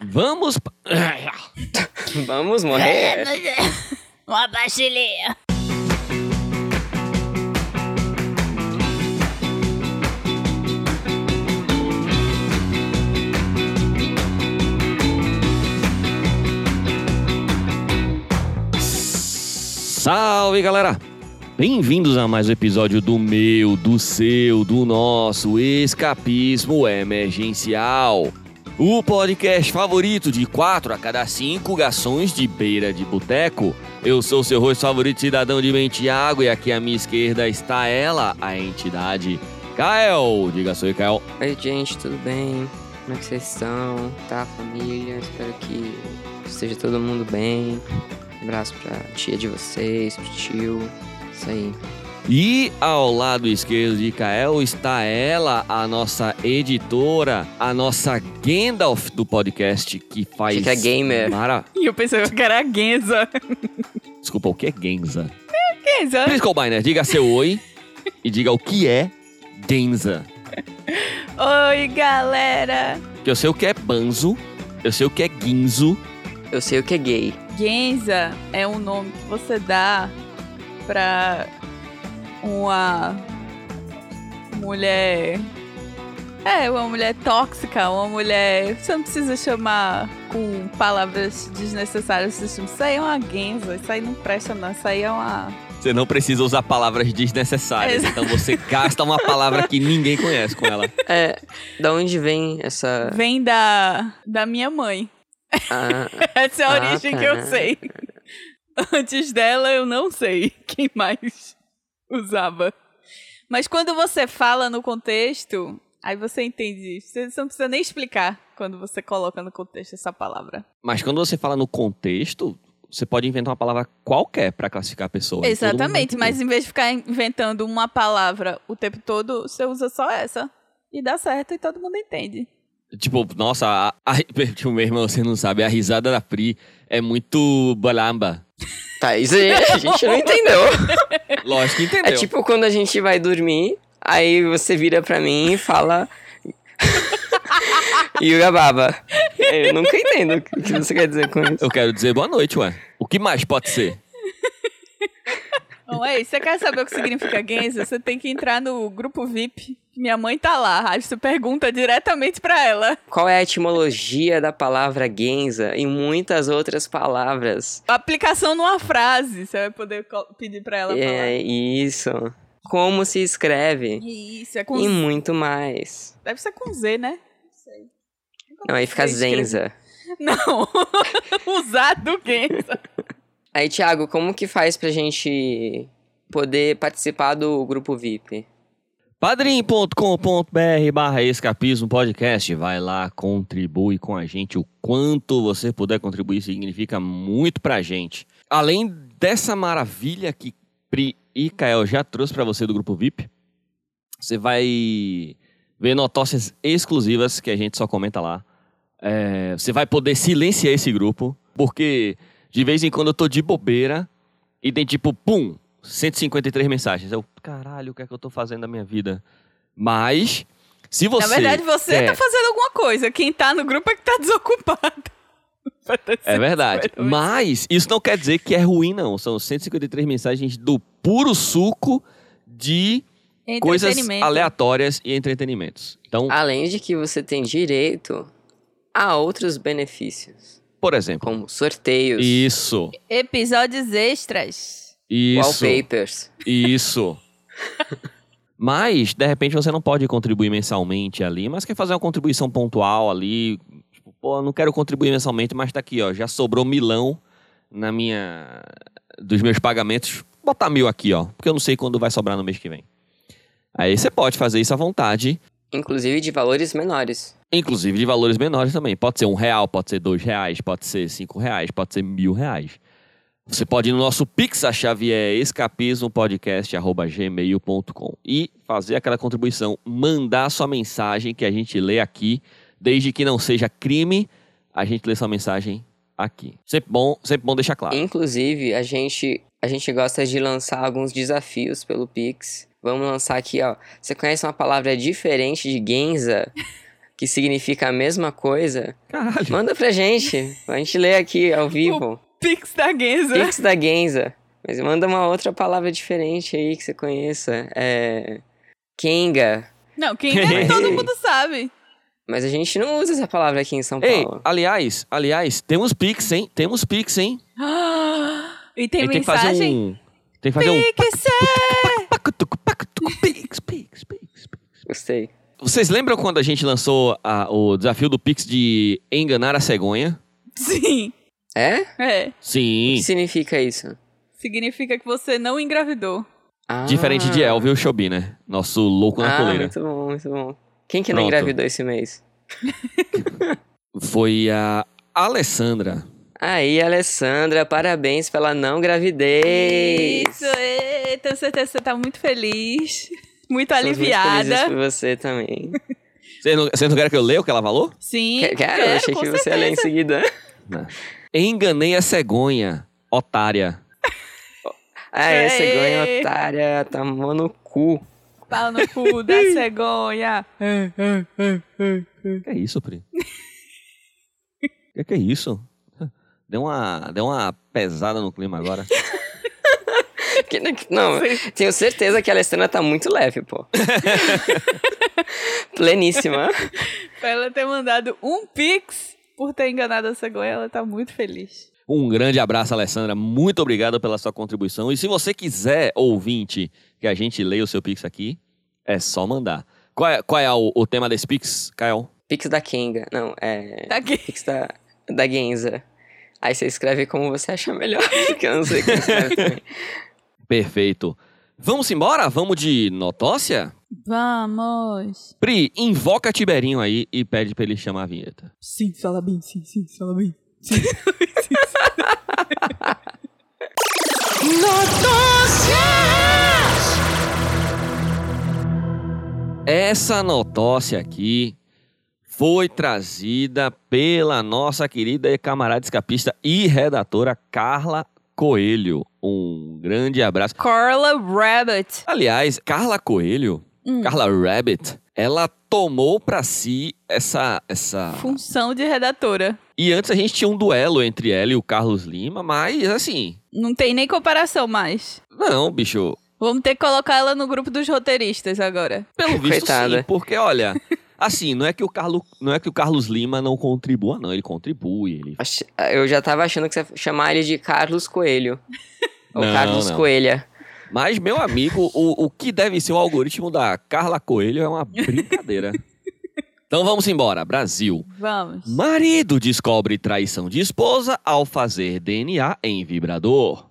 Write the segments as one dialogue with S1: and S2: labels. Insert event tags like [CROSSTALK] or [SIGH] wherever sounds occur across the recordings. S1: Vamos. pa-
S2: Vamos morrer.
S3: Uma pastilhinha.
S1: Salve, galera! Bem-vindos a mais um episódio do meu, do seu, do nosso Escapismo Emergencial. O podcast favorito de 4 a cada 5 garçons de beira de boteco. Eu sou seu rosto favorito, cidadão de Mentiago, e aqui à minha esquerda está ela, a entidade Kael. Diga, sou eu, Kael.
S2: Oi, gente, tudo bem? Como é que vocês estão? Tá, família? Espero que esteja todo mundo bem. Um abraço pra tia de vocês, pro tio. Isso aí.
S1: E ao lado esquerdo de Kael está ela, a nossa editora, a nossa Gandalf do podcast, que faz.
S2: Fica gamer.
S1: Mara...
S3: E eu pensei que era Genza.
S1: Desculpa, o que é Genza?
S3: Genza?
S1: Please, Colbiner, diga seu
S3: [LAUGHS]
S1: oi e diga o que é Genza.
S3: Oi, galera.
S1: Que eu sei o que é Banzo, eu sei o que é Ginzo.
S2: Eu sei o que é gay.
S3: Genza é um nome que você dá pra uma mulher. É, uma mulher tóxica, uma mulher. Você não precisa chamar com palavras desnecessárias. Você chama, Isso aí é uma genza, isso aí não presta, não. Isso aí é uma.
S1: Você não precisa usar palavras desnecessárias,
S3: Exato.
S1: então você gasta uma palavra que ninguém conhece com
S3: [LAUGHS]
S1: ela.
S2: É, da onde vem essa.
S3: Vem da, da minha mãe.
S2: Ah,
S3: Essa é a
S2: Ah,
S3: origem
S2: tá.
S3: que eu sei. Antes dela, eu não sei quem mais usava. Mas quando você fala no contexto, aí você entende. Você você não precisa nem explicar quando você coloca no contexto essa palavra.
S1: Mas quando você fala no contexto, você pode inventar uma palavra qualquer pra classificar a pessoa. e todo mundo vai
S3: Exatamente,
S1: entender.
S3: mas em vez de ficar inventando uma palavra o tempo todo, você usa só essa. E dá certo e todo mundo entende.
S1: Tipo, nossa, a, [LAUGHS] a, tipo, meu irmão, você não sabe, a risada da Pri é muito balamba.
S2: tá, isso aí [LAUGHS] a gente não entendeu.
S1: Lógico que
S2: É
S1: entendeu.
S2: tipo quando a gente vai dormir, aí você vira pra mim e fala. [LAUGHS] Yuga Baba. É, Eu nunca entendo o que você quer dizer com isso.
S1: Eu quero dizer boa noite, ué. O que mais pode ser?
S3: Bom, é isso. Você quer saber o que significa Genza? Você tem que entrar no grupo VIP. Minha mãe tá lá. Aí você pergunta diretamente pra ela.
S2: Qual é a etimologia da palavra Genza e muitas outras palavras?
S3: Aplicação numa frase. Você vai poder co- pedir pra ela
S2: É isso. Como se escreve?
S3: falar. Isso, é com
S2: E
S3: Z.
S2: muito mais.
S3: Deve ser com Z, né?
S2: Não, aí fica
S3: Você escreve-
S2: Zenza.
S3: [LAUGHS] Não. [LAUGHS] Usar do Genza.
S2: Aí, Thiago, como que faz pra gente poder participar do grupo VIP?
S1: padrim.com.br barra escapismo podcast. Vai lá, contribui com a gente. O quanto você puder contribuir significa muito pra gente. Além dessa maravilha que Pri e Kael já trouxe pra você do grupo VIP, você vai ver notócias exclusivas que a gente só comenta lá. É, você vai poder silenciar esse grupo, porque de vez em quando eu tô de bobeira e tem tipo, pum, 153 mensagens. Eu, caralho, o que é que eu tô fazendo da minha vida? Mas, se você.
S3: Na verdade, você
S1: quer-
S3: tá fazendo alguma coisa. Quem tá no grupo é que tá desocupado. [LAUGHS] Pra ter
S1: É verdade.
S3: 158.
S1: Mas isso não quer dizer que é ruim, não. São 153 mensagens do puro suco de coisas
S3: Entretenimento.
S1: aleatórias e entretenimentos. Então,
S2: Além de que você tem direito a outros benefícios,
S1: por exemplo,
S2: como sorteios,
S1: isso,
S3: Episódios extras.
S1: isso,
S2: wallpapers.
S1: isso. mas, de repente, você não pode contribuir mensalmente ali, mas quer fazer uma contribuição pontual ali. Tipo, pô, eu não quero contribuir mensalmente, mas tá aqui, ó. Já sobrou milão na minha. dos meus pagamentos. Botar mil aqui, ó. Porque eu não sei quando vai sobrar no mês que vem. Aí você pode fazer isso à vontade.
S2: inclusive de valores menores.
S1: Inclusive de valores menores também. Pode ser um real, pode ser dois reais, pode ser cinco reais, pode ser mil reais. Você pode ir no nosso Pix, a chave é escapismopodcast.gmail.com e fazer aquela contribuição, mandar sua mensagem que a gente lê aqui, desde que não seja crime, a gente lê sua mensagem aqui. Sempre bom, sempre bom deixar claro.
S2: Inclusive, a gente, a gente gosta de lançar alguns desafios pelo Pix. Vamos lançar aqui, ó. Você conhece uma palavra diferente de Genza? O que significa a mesma coisa,
S1: Caralho.
S2: manda pra gente. A gente lê aqui ao
S1: [LAUGHS]
S2: vivo.
S3: Pix da Genza.
S2: Pix da Genza. Mas manda uma outra palavra diferente aí que você conheça. É. Kenga.
S3: Não, quem é, todo
S1: [LAUGHS]
S3: mundo sabe. [GASPS]
S2: Mas a gente não usa essa palavra aqui em São
S1: Ei,
S2: Paulo.
S1: aliás, aliás, temos Pix, hein? Temos Pix, hein?
S3: E tem
S1: Ele tem que fazer
S3: mensagem?
S1: um. Tem que fazer um.
S3: Pix
S1: pacutucu, pacutucu, Pix, Pix, Pix, Pix.
S2: Gostei.
S1: Vocês lembram quando a gente lançou a- o desafio do Pix de enganar a cegonha?
S3: Sim,
S2: É?
S3: é.
S2: O
S1: Sim.
S2: que significa isso?
S3: Significa que você não engravidou.
S2: Ah.
S1: Diferente de Elvio Chobi, né? Nosso louco na
S2: Ah,
S1: coleira.
S2: muito bom, muito bom. Quem que não
S1: Pronto.
S2: engravidou esse mês?
S1: Foi a Alessandra.
S2: Aí, Alessandra, parabéns pela não gravidez.
S3: Isso, é. tenho certeza que você tá muito feliz, [LAUGHS] muito
S2: Estamos muito felizes
S3: aliviada.
S2: por você também.
S1: Vocês não, vocês não querem que eu leia o que ela falou?
S3: Sim,
S2: [LAUGHS]
S3: é,
S2: Quero, eu achei
S3: com
S2: que você ia ler em
S3: certeza.
S2: seguida.
S1: Enganei a cegonha, otária.
S2: Ah, é, você
S3: Aê.
S2: ganha, otária. Tá mão no cu.
S3: Pau no cu
S2: [LAUGHS]
S3: da cegonha.
S1: O que é isso,
S2: [LAUGHS]
S1: Pri? O que, que é isso? Deu uma, deu uma pesada no clima agora.
S2: Que- Não, tenho certeza que a Alessandra tá muito leve,
S3: [LAUGHS]
S2: pô. Pleníssima.
S3: Pra ela ter mandado um pix por ter enganado a cegonha, ela tá muito feliz.
S1: Um grande abraço, Alessandra. Muito obrigado pela sua contribuição. E se você quiser, ouvinte, que a gente leia o seu Pix aqui, é só mandar. Qual é, qual é o, o tema desse Pix, Caio?
S2: Pix da Kenga. Não, é.
S3: Tá aqui.
S2: Pix da, da Genza. Aí você escreve como você acha melhor. [LAUGHS] Porque eu não sei como escreve também.
S1: Perfeito. Vamos embora? Vamos de notócia?
S3: Vamos.
S1: Pri, invoca Tiberinho aí e pede pra ele chamar a vinheta.
S3: Sim, fala bem, sim, sim, fala bem.
S1: Essa notócia aqui foi trazida pela nossa querida e camarada escapista e redatora Carla Coelho. Um grande abraço.
S3: Carla Rabbit.
S1: Aliás, Carla Coelho,
S3: Hum.
S1: Carla Rabbit, ela tomou pra si essa essa
S3: Função de redatora.
S1: E antes a gente tinha um duelo entre ela e o Carlos Lima, mas assim,
S3: Não tem nem comparação mais.
S1: não, bicho,
S3: Vamos ter que colocar ela no grupo dos roteiristas agora.
S1: pelo visto
S2: Coitada.
S1: sim, porque olha, assim, não é que o Carlos, não é que o Carlos Lima não contribua, não, ele contribui, ele
S2: Ach- Eu já tava achando que você ia chamar ele de Carlos Coelho. Ou
S1: Não,
S2: Carlos
S1: não.
S2: Coelha.
S1: Mas, meu amigo, o, o que deve ser o algoritmo da Carla Coelho é uma brincadeira. Então vamos embora, Brasil.
S3: Vamos.
S1: Marido descobre traição de esposa ao fazer DNA em vibrador.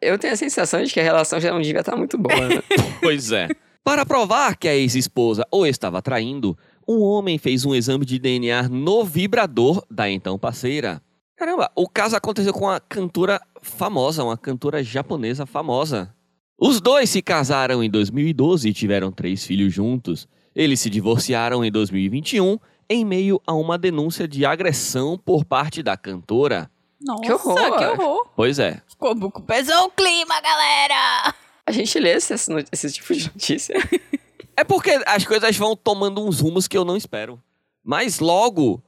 S2: Eu tenho a sensação de que a relação já não devia estar muito boa,
S1: [LAUGHS]
S2: né?
S1: Pois é. Para provar que a ex-esposa o estava traindo, um homem fez um exame de DNA no vibrador da então parceira. Caramba, o caso aconteceu com uma cantora famosa, uma cantora japonesa famosa. Os dois se casaram em 2012 e tiveram três filhos juntos. Eles se divorciaram em 2021 em meio a uma denúncia de agressão por parte da cantora.
S3: Nossa,
S2: Que horror.
S3: que horror.
S1: Pois é,
S3: Ficou buco. Pesou o clima, galera.
S2: A gente lê esse, esse no- esse tipo de notícia. [LAUGHS]
S1: É porque as coisas vão tomando uns rumos que eu não espero. Mas logo,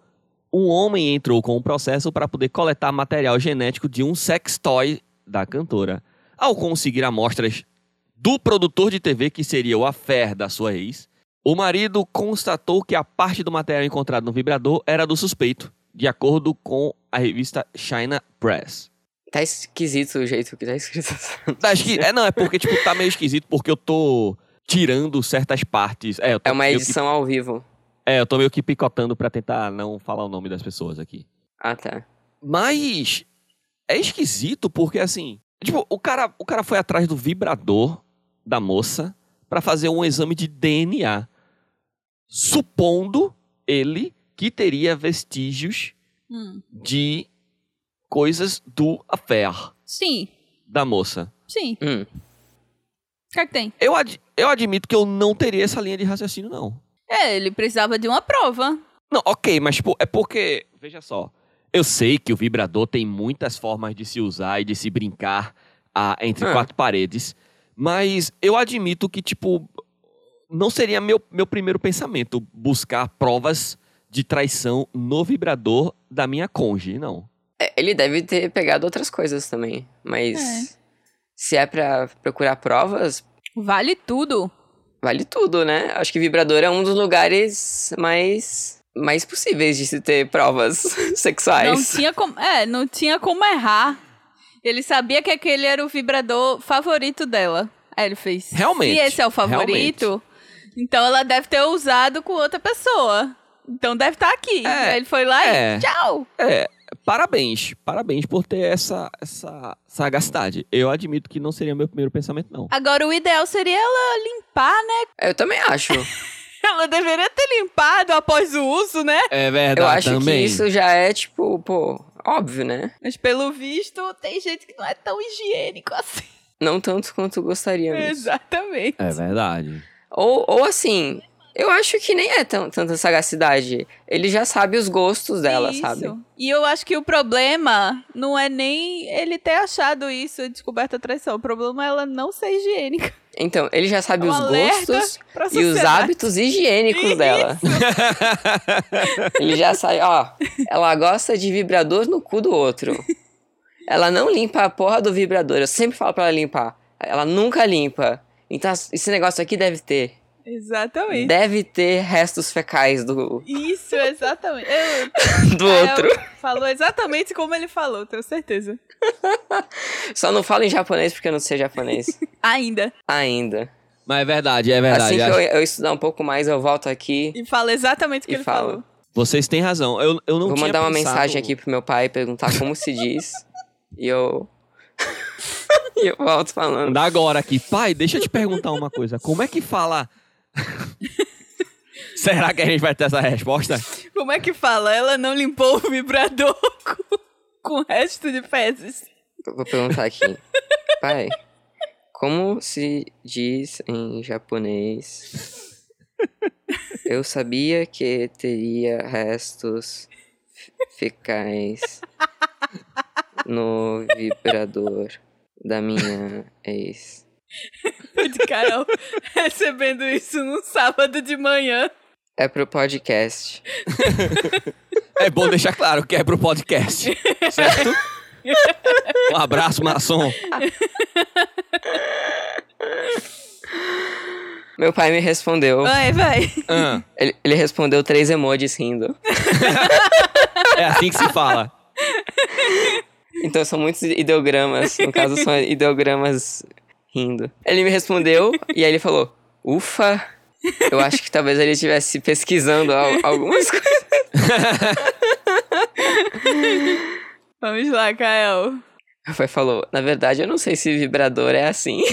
S1: um homem entrou com um processo para poder coletar material genético de um sex toy da cantora. Ao conseguir amostras do produtor de TV, que seria o affair da sua ex, o marido constatou que a parte do material encontrado no vibrador era do suspeito, de acordo com a revista China Press.
S2: [LAUGHS] Tá esquisito o jeito que tá escrito.
S1: Tá esqui- É, não, é porque, tipo, tá meio esquisito, porque eu tô tirando certas partes. É, eu tô
S2: É uma
S1: meio que
S2: edição ao vivo.
S1: É, eu tô meio que picotando pra tentar não falar o nome das pessoas aqui.
S2: Ah, tá.
S1: Mas é esquisito porque assim, tipo, o cara, o cara foi atrás do vibrador da moça pra fazer um exame de DNA, supondo ele que teria vestígios
S3: Hum.
S1: de coisas do affair
S3: Sim,
S1: da moça.
S3: sim.
S2: Hum.
S3: O que é que tem?
S1: Eu, ad- eu admito que eu não teria essa linha de raciocínio não.
S3: É, ele precisava de uma prova.
S1: Não, ok, mas tipo, é porque, veja só, eu sei que o vibrador tem muitas formas de se usar e de se brincar ah, entre
S2: É.
S1: quatro paredes, mas eu admito que, tipo, não seria meu, meu primeiro pensamento buscar provas de traição no vibrador da minha conge, não.
S2: É, Ele deve ter pegado outras coisas também, mas se é pra procurar provas,
S3: Vale tudo.
S2: vale tudo, né? Acho que vibrador é um dos lugares mais mais possíveis de se ter provas [LAUGHS] sexuais.
S3: Não tinha como, é, não tinha como errar. Ele sabia que aquele era o vibrador favorito dela. Aí ele fez.
S1: Realmente,
S3: Se esse é o favorito, então ela deve ter usado com outra pessoa. Então deve estar aqui.
S1: É,
S3: Aí ele foi lá
S1: é.
S3: e tchau.
S1: Parabéns, parabéns por ter essa, essa sagacidade. Eu admito que não seria meu primeiro pensamento, não.
S3: Agora o ideal seria ela limpar, né? [LAUGHS]
S2: Eu também acho.
S3: Ela deveria ter limpado após o uso, né?
S1: É
S2: Eu
S1: verdade
S2: acho que
S1: também.
S2: isso já é tipo, pô, óbvio, né?
S3: Mas pelo visto, tem gente que não é tão higiênico assim.
S2: Não tanto quanto gostaríamos.
S3: Exatamente.
S1: É verdade.
S2: Ou, ou assim, eu acho que nem é tão, tanta sagacidade. Ele já sabe os gostos dela,
S3: Isso.
S2: sabe?
S3: E eu acho que o problema não é nem ele ter achado isso, descoberto a traição. O problema é ela não ser higiênica. [LAUGHS]
S2: Então, ele já sabe
S3: É um
S2: os
S3: alerta
S2: gostos
S3: Pra
S2: e os
S3: sociedade.
S2: hábitos higiênicos
S3: Isso.
S2: dela. Ele já sabe, ó, ela gosta de vibrador no cu do outro. Ela não limpa a porra do vibrador. Eu sempre falo pra ela limpar. Ela nunca limpa. Então, esse negócio aqui deve ter.
S3: Exatamente.
S2: Deve ter restos fecais do,
S3: Isso, exatamente. Eu-
S2: [LAUGHS] do
S3: Rael
S2: outro.
S3: Falou exatamente como ele falou, tenho certeza.
S2: Só não falo em japonês porque eu não sei
S1: [LAUGHS]
S2: japonês
S3: Ainda.
S2: ainda.
S1: [LAUGHS] Mas é verdade, é verdade.
S2: assim que
S1: Acho-
S2: eu, eu estudar um pouco mais, eu volto aqui.
S3: E fala exatamente o que
S2: E
S3: ele
S2: fala.
S3: falou.
S1: Vocês têm razão. Eu, eu não
S2: Vou
S1: tinha
S2: mandar uma
S1: pensado-
S2: mensagem aqui pro meu pai perguntar como se
S1: [LAUGHS]
S2: diz. e eu. [LAUGHS] e eu volto falando.
S1: Mandar agora aqui. Pai, deixa eu te perguntar uma coisa. Como é que fala...
S2: [LAUGHS]
S1: Será que a gente vai ter essa resposta?
S3: Como é que fala? Ela não limpou o vibrador [LAUGHS] com, com o resto de fezes.
S2: Eu Vou perguntar aqui. pai, como se diz em japonês? Eu sabia que teria restos fecais no vibrador da minha ex.
S3: De [LAUGHS] Carol recebendo isso num sábado de manhã.
S2: É pro podcast.
S1: É bom deixar claro que é pro podcast, certo? Um abraço, maçom.
S2: Meu pai me respondeu.
S3: Vai, vai.
S1: Ah,
S2: Ele, ele respondeu três emojis rindo.
S1: é assim que se fala.
S2: Então são muitos ideogramas. No caso, são ideogramas rindo. Ele me respondeu e aí ele falou: Ufa! Eu acho que talvez ele estivesse pesquisando al- algumas coisas.
S3: Vamos lá, Kael.
S2: Meu pai falou: Na verdade, eu não sei se vibrador é assim. [LAUGHS]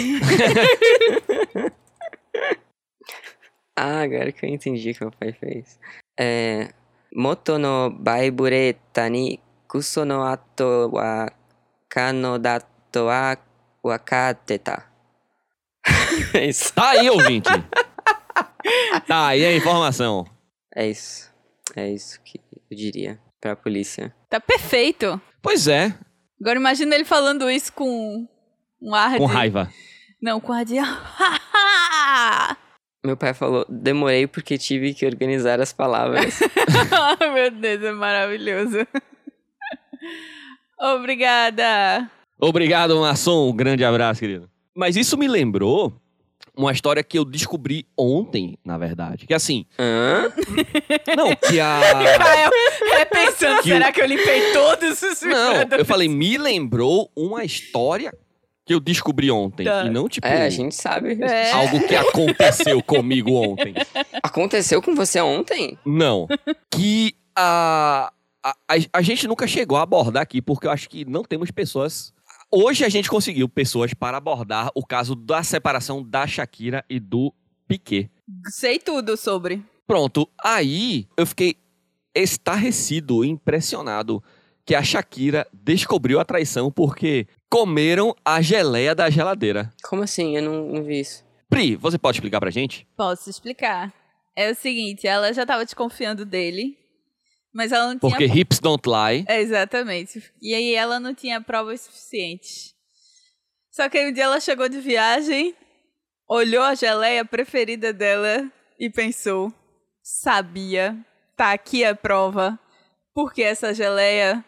S2: ah, agora que eu entendi o que meu pai fez. É. Moto no baibureta ni kuso no ato wa kanodato wa wakateta. [LAUGHS] é isso.
S1: Tá aí, ouvinte. Tá aí a informação.
S2: É isso. É isso que eu diria pra polícia.
S3: Tá perfeito.
S1: Pois é,
S3: Agora imagina ele falando isso com um ar
S1: com
S3: de...
S1: raiva.
S3: Não, com ar de... [LAUGHS] Ah,
S2: Meu pai falou: Demorei porque tive que organizar as palavras.
S3: Ah, Meu Deus, é maravilhoso. Obrigada.
S1: Obrigado, maçom. Um grande abraço, querido. Mas isso me lembrou uma história que eu descobri ontem, na verdade. Que assim,
S2: Hã?
S1: não, que a.
S3: Kael, repensando,
S1: Que o-
S3: será que eu limpei todos os
S1: Não, eu
S3: vibradores?
S1: falei, me lembrou uma história que eu descobri ontem.
S3: Tá.
S1: E não, tipo,
S2: É, a gente sabe.
S3: É.
S1: algo que
S2: [LAUGHS]
S1: aconteceu comigo ontem.
S2: Aconteceu com você ontem?
S1: Não. Que a, a, a, a gente nunca chegou a abordar aqui, porque eu acho que não temos pessoas. Hoje a gente conseguiu pessoas para abordar o caso da separação da Shakira e do Piquet.
S3: Sei tudo sobre.
S1: Pronto, aí eu fiquei estarrecido, impressionado que a Shakira descobriu a traição porque comeram a geleia da geladeira.
S2: Como assim? Eu não, não vi isso.
S1: Pri, você pode explicar pra gente?
S3: Posso explicar. É o seguinte, ela já tava desconfiando dele, mas ela não tinha
S1: Porque hips don't lie.
S3: É, exatamente. E aí ela não tinha provas suficientes. Só que aí um dia ela chegou de viagem, olhou a geleia preferida dela e pensou: sabia tá aqui a prova. Porque essa geleia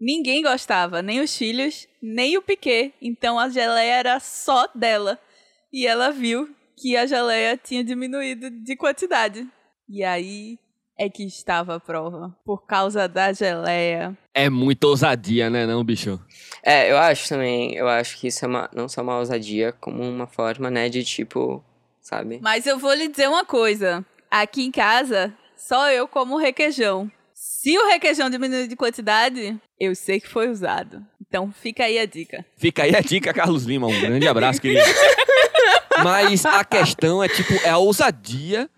S3: ninguém gostava, nem os filhos, nem o Piquet. Então a geleia era só dela. E ela viu que a geleia tinha diminuído de quantidade. E aí é que estava a prova, por causa da geleia.
S1: É muita ousadia, né, não, bicho?
S2: É, eu acho também, eu acho que isso é uma, não só uma ousadia, como uma forma, né, de tipo, sabe?
S3: Mas eu vou lhe dizer uma coisa. Aqui em casa, só eu como requeijão. Se o requeijão diminuir de quantidade, eu sei que foi usado. Então fica aí a dica.
S1: Fica aí a dica, [LAUGHS] Carlos Lima. Um grande abraço, querido. Mas a questão é, tipo, é a ousadia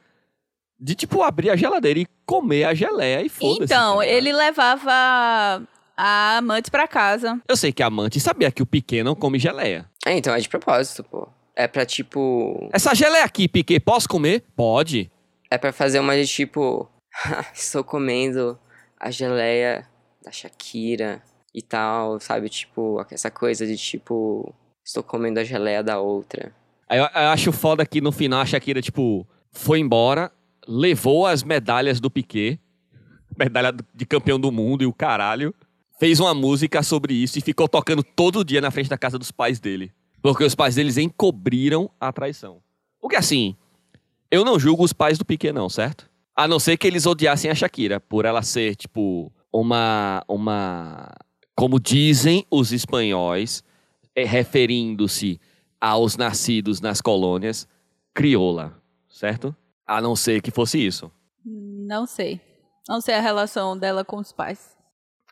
S1: de, tipo, abrir a geladeira e comer a geleia e foda-se.
S3: Então,
S1: tá ligado?
S3: ele levava a amante pra casa.
S1: Eu sei que a amante sabia que o Piquet não come geleia.
S2: É, então é de propósito, pô. É pra tipo.
S1: Essa geleia aqui, Piquet, posso comer? Pode.
S2: É pra fazer uma de tipo. [LAUGHS] Estou comendo a geleia da Shakira e tal, sabe? Tipo, essa coisa de tipo. Estou comendo a geleia da outra. [LAUGHS]
S1: Aí eu, eu acho foda que no final a Shakira, tipo, foi embora, levou as medalhas do Piquet, [LAUGHS] medalha do- de campeão do mundo e o caralho, fez uma música sobre isso e ficou tocando todo dia na frente da casa dos pais dele. Porque os pais deles encobriram a traição. O que assim, eu não julgo os pais do Piquet não, certo? A não ser que eles odiassem a Shakira por ela ser, tipo, uma uma como dizem os espanhóis, eh, referindo-se aos nascidos nas colônias, crioula, certo? A não ser que fosse isso.
S3: Não sei. Não sei a relação dela com os pais.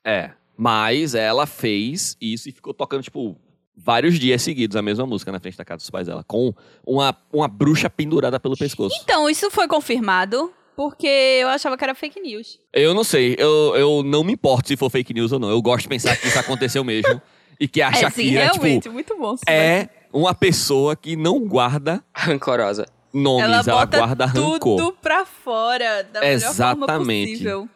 S1: É. Mas ela fez isso e ficou tocando, tipo, vários dias seguidos a mesma música na frente da casa dos pais dela, com uma, uma bruxa pendurada pelo pescoço.
S3: Então, isso foi confirmado porque eu achava que era fake news.
S1: Eu não sei, eu, eu não me importo se for fake news ou não. Eu gosto de pensar que isso aconteceu
S3: [LAUGHS]
S1: mesmo. E que a
S3: é, sim,
S1: Shakira,
S3: realmente,
S1: tipo,
S3: muito bom. saber.
S1: é uma pessoa que não guarda
S2: Rancorosa.
S1: nomes,
S3: ela
S1: ela,
S3: bota
S1: guarda rancor.
S3: tudo pra fora da melhor forma
S1: Exatamente.
S3: possível.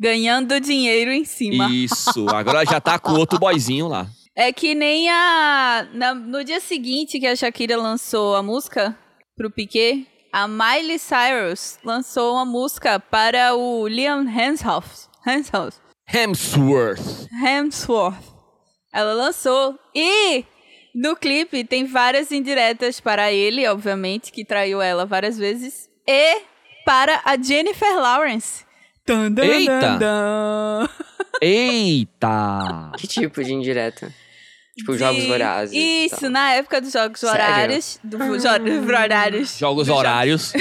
S3: Ganhando dinheiro em cima.
S1: Isso, agora já tá com outro boyzinho lá.
S3: É que nem a. na- no dia seguinte que a Shakira lançou a música pro Piquet, a Miley Cyrus lançou uma música para o Liam Hemsworth. Hemsworth.
S1: Hemsworth.
S3: Hemsworth. Ela lançou. E no clipe tem várias indiretas para ele, obviamente, que traiu ela várias vezes. E para a Jennifer Lawrence. Dun, dun,
S1: Eita!
S3: dun, dun.
S1: Eita!
S2: Que tipo de indireta? Tipo, jogos
S3: De-
S2: vorazes. e
S3: Isso,
S2: tal.
S3: na época dos jogos
S2: Sério?
S3: horários. Do, jo- horários.
S1: Jogos
S3: Dos
S1: horários.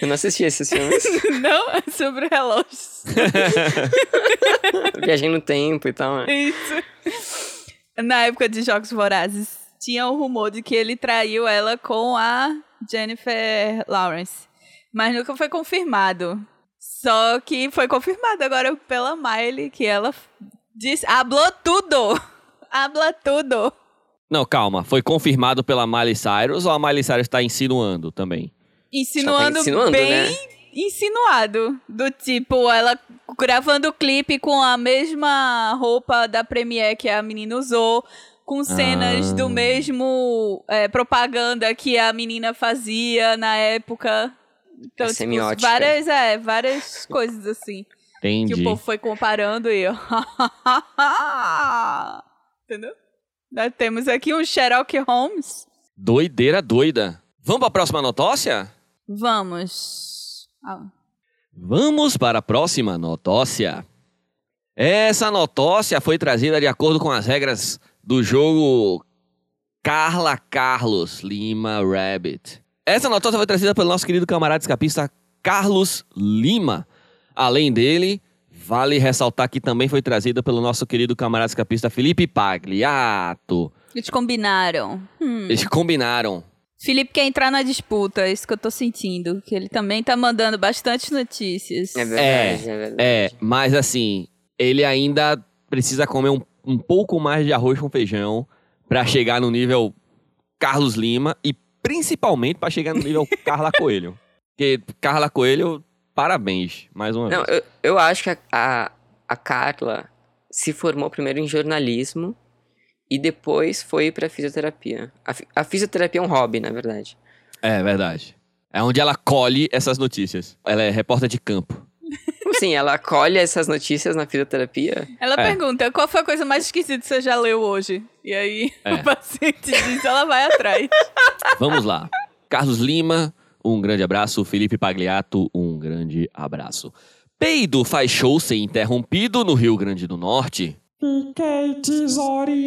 S2: Eu não assisti esses [LAUGHS] filmes.
S3: jogos- [LAUGHS] Não, é sobre relógios.
S2: Viajei no tempo e tal. né?
S3: Isso. Na época de Jogos Vorazes, tinha o rumor de que ele traiu ela com a Jennifer Lawrence. Mas nunca foi confirmado. Só que foi confirmado agora pela Miley que ela f- disse. Hablou tudo! [LAUGHS] Habla tudo!
S1: Não, calma. Foi confirmado pela Miley Cyrus ou a Miley Cyrus tá insinuando também?
S3: Insinuando,
S2: insinuando,
S3: bem
S2: né?
S3: insinuado. Do tipo, ela gravando o clipe com a mesma roupa da Premiere que a menina usou, com cenas
S1: Ah.
S3: do mesmo é, propaganda que a menina fazia na época. Então,
S2: É
S3: tipo,
S2: semiótica.
S3: várias, é,
S2: [LAUGHS]
S3: várias coisas assim. Que o
S1: Entendi.
S3: povo foi comparando e eu. [LAUGHS] Entendeu? Nós temos aqui um Sherlock Holmes.
S1: Doideira doida. Vamos pra próxima notócia?
S3: Vamos. Ah.
S1: Vamos para a próxima notócia. Essa notócia foi trazida de acordo com as regras do jogo Carla Carlos Lima Rabbit. Essa notócia foi trazida pelo nosso querido camarada escapista Carlos Lima. Além dele, vale ressaltar que também foi trazida pelo nosso querido camarada escapista Felipe Pagliato.
S3: Eles combinaram. Hum.
S1: Eles combinaram.
S3: Felipe quer entrar na disputa, é isso que eu tô sentindo. Que ele também tá mandando bastante notícias.
S2: É verdade, é, verdade.
S1: É, mas assim, ele ainda precisa comer um, um pouco mais de arroz com feijão pra chegar no nível Carlos Lima e principalmente pra chegar no
S2: [LAUGHS]
S1: nível Carla Coelho. Porque Carla Coelho, parabéns, mais uma
S2: Não,
S1: vez.
S2: eu, eu acho que a, a, a Carla se formou primeiro em jornalismo e depois foi pra fisioterapia. A, fi- a fisioterapia é um hobby, na verdade.
S1: É verdade. É onde ela colhe essas notícias. Ela é repórter de campo.
S2: Sim, assim, ela colhe essas notícias na fisioterapia.
S3: Ela
S1: É.
S3: pergunta qual foi a coisa mais esquisita que você já leu hoje. E aí
S1: É.
S3: o paciente diz, ela vai
S1: [LAUGHS]
S3: atrás.
S1: Vamos lá. Carlos Lima, um grande abraço. Felipe Pagliato, um grande abraço. Peido faz show sem interrompido no Rio Grande do Norte,
S4: Fiquei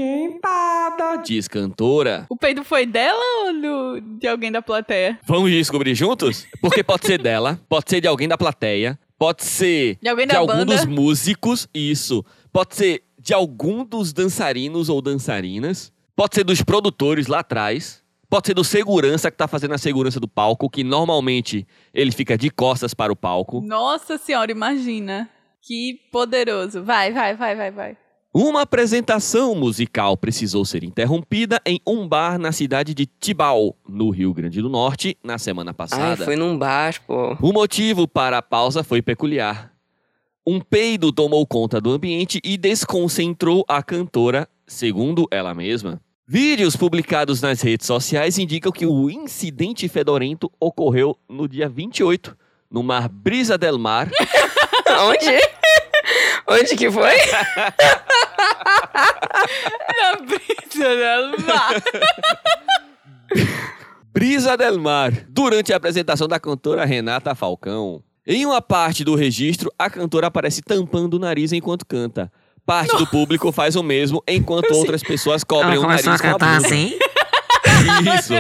S4: desorientada.
S1: diz cantora.
S3: O peido foi dela ou do- de alguém da plateia?
S1: Vamos descobrir juntos? Porque pode ser dela, pode ser de alguém da plateia, pode ser
S3: De alguém
S1: de
S3: da
S1: algum
S3: banda?
S1: dos músicos, isso. Pode ser de algum dos dançarinos ou dançarinas, pode ser dos produtores lá atrás, pode ser do segurança que tá fazendo a segurança do palco, que normalmente ele fica de costas para o palco.
S3: Nossa senhora, imagina. Que poderoso. Vai, vai, vai, vai, vai.
S1: Uma apresentação musical precisou ser interrompida em um bar na cidade de Tibau, no Rio Grande do Norte, na semana
S2: Ai,
S1: passada.
S2: foi num bar, pô. [LAUGHS]
S1: O motivo para a pausa foi peculiar. Um peido tomou conta do ambiente e desconcentrou a cantora, segundo ela mesma. Vídeos publicados nas redes sociais indicam que o incidente fedorento ocorreu no dia 28, no mar Brisa del Mar,
S2: Onde? Onde que foi?
S3: Na brisa dela. [LAUGHS]
S1: Brisa del Mar, durante a apresentação da cantora Renata Falcão. Em uma parte do registro, a cantora aparece tampando o nariz enquanto canta. Parte do público faz o mesmo, enquanto outras pessoas cobrem o nariz com a blusa.
S4: assim?
S1: [LAUGHS] Isso.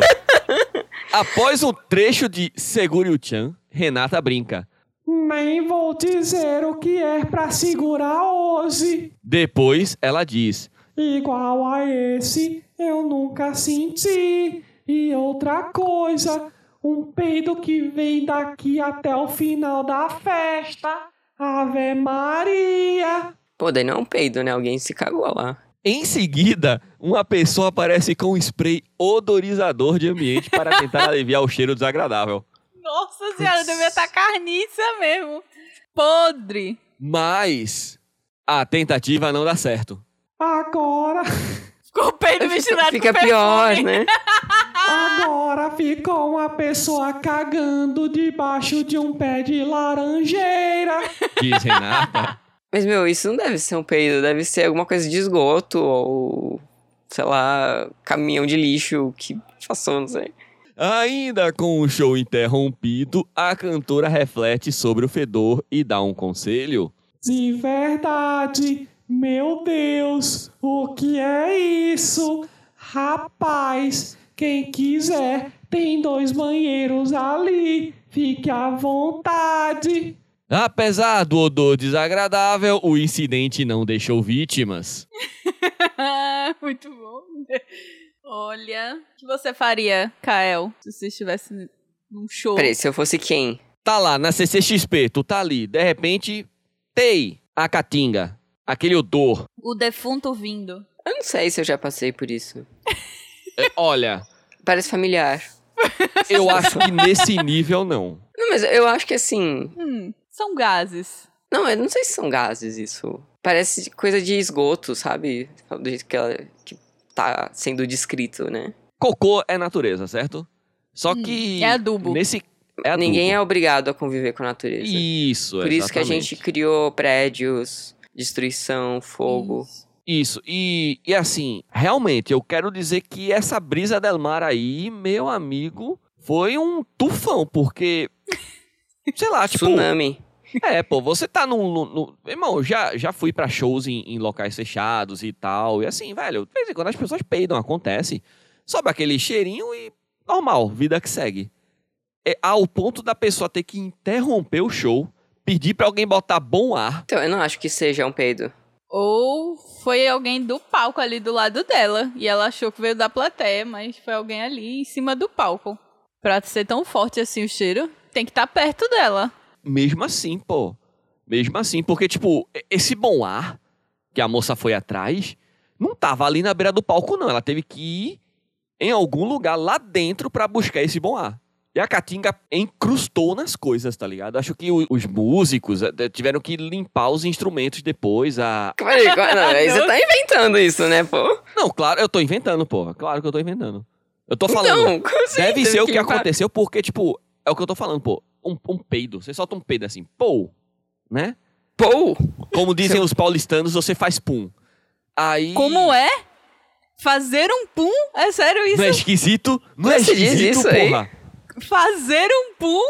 S1: Após um trecho de Segure o Chan, Renata brinca.
S4: Nem vou dizer o que é pra segurar hoje.
S1: Depois ela diz:
S4: Igual a esse, eu nunca senti. E outra coisa, um peido que vem daqui até o final da festa. Ave Maria.
S2: Pô, daí não é um peido, né? Alguém se cagou lá.
S1: Em seguida, uma pessoa aparece com um spray odorizador de ambiente para tentar aliviar o cheiro desagradável.
S3: Nossa senhora, devia estar carniça mesmo. Podre.
S1: Mas a tentativa não dá certo.
S4: Agora,
S3: Ficou o peido misturado
S2: Fica
S3: com [LAUGHS]
S2: pior,
S3: perfume.
S2: né?
S4: agora ficou uma pessoa cagando debaixo de um pé de laranjeira.
S1: Diz Renata.
S2: Mas, meu, isso não deve ser um peido, deve ser alguma coisa de esgoto ou, sei lá, caminhão de lixo que passou, não sei.
S1: Ainda com o show interrompido, a cantora reflete sobre o fedor e dá um conselho.
S4: De verdade, meu Deus, o que é isso? Rapaz, quem quiser, tem dois banheiros ali, fique à vontade.
S1: Apesar do odor desagradável, o incidente não deixou vítimas.
S2: né?
S3: Ah, Muito bom. Olha, o que você faria, Kael, se você estivesse num show?
S2: Peraí, se eu fosse quem?
S1: Tá lá na CCXP, tu tá ali, de repente, tei a caatinga, aquele odor.
S3: O defunto vindo.
S2: Eu não sei se eu já passei por isso.
S1: É, Olha,
S2: Parece familiar.
S1: eu acho que nesse nível não.
S2: Não, mas eu acho que assim.
S3: Hum, são gases.
S2: Não, eu não sei se são gases isso. Parece coisa de esgoto, sabe? Do jeito que ela que tá sendo descrito, né?
S1: Cocô é natureza, certo? Só que
S3: é adubo.
S1: nesse é adubo.
S2: Ninguém é obrigado a conviver com a natureza.
S1: isso,
S2: Por isso que a
S1: exatamente.
S2: gente criou prédios, destruição, fogo.
S3: Isso.
S1: Isso, e, e assim, realmente, eu quero dizer que essa brisa del mar aí, meu amigo, foi um tufão,
S2: [LAUGHS]
S1: porque. Sei lá, tipo.
S2: Tsunami.
S1: É, pô, você tá num. num- num- Irmão, eu já, já fui pra shows em, em locais fechados e tal. E assim, velho, de vez em quando as pessoas peidam, acontece. Sobe aquele cheirinho e. Normal, vida que segue. É, ao ponto da pessoa ter que interromper o show, pedir pra alguém botar bom ar.
S2: Então, eu não acho que seja um peido.
S3: Ou foi alguém do palco ali do lado dela. E ela achou que veio da plateia, mas foi alguém ali em cima do palco. Pra ser tão forte assim o cheiro, tem que estar perto dela.
S1: Mesmo assim, pô. Mesmo assim, porque, tipo, e- esse bom ar que a moça foi atrás não tava ali na beira do palco, não. Ela teve que ir em algum lugar lá dentro pra buscar esse bom ar. E a Caatinga encrustou nas coisas, tá ligado? Acho que o- os músicos eh, tiveram que limpar os instrumentos depois. A...
S2: Peraí, qual- não, aí você tá inventando isso, né, pô?
S1: Não, claro, eu tô inventando, pô. Claro que eu tô inventando. Eu tô falando.
S2: Não, como assim?
S1: Deve
S2: Teve
S1: ser o que
S2: limpar?
S1: aconteceu, porque, tipo, É o que eu tô falando, pô. Um, um peido. Você solta um peido assim, pô, né?
S2: Pou!
S1: Como dizem os paulistanos, você faz pum. Aí.
S3: Como é? Fazer um pum? É sério isso?
S1: Não é esquisito? Não é
S2: Mas se diz
S1: esquisito,
S2: isso aí?
S1: porra.
S3: Fazer um pum?